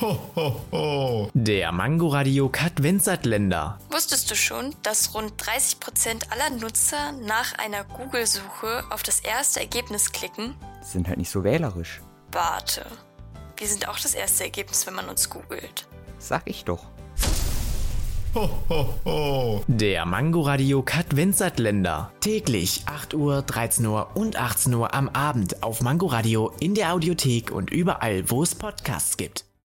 Ho, ho, ho. Der Mangoradiokat Kat Wenzertländer. Wusstest du schon, dass rund 30% aller Nutzer nach einer Google-Suche auf das erste Ergebnis klicken? Sind halt nicht so wählerisch. Warte. Wir sind auch das erste Ergebnis, wenn man uns googelt. Sag ich doch. Ho, ho, ho. Der Mangoradiokat Kat Wenzertländer. Täglich 8 Uhr, 13 Uhr und 18 Uhr am Abend auf Mangoradio in der Audiothek und überall, wo es Podcasts gibt.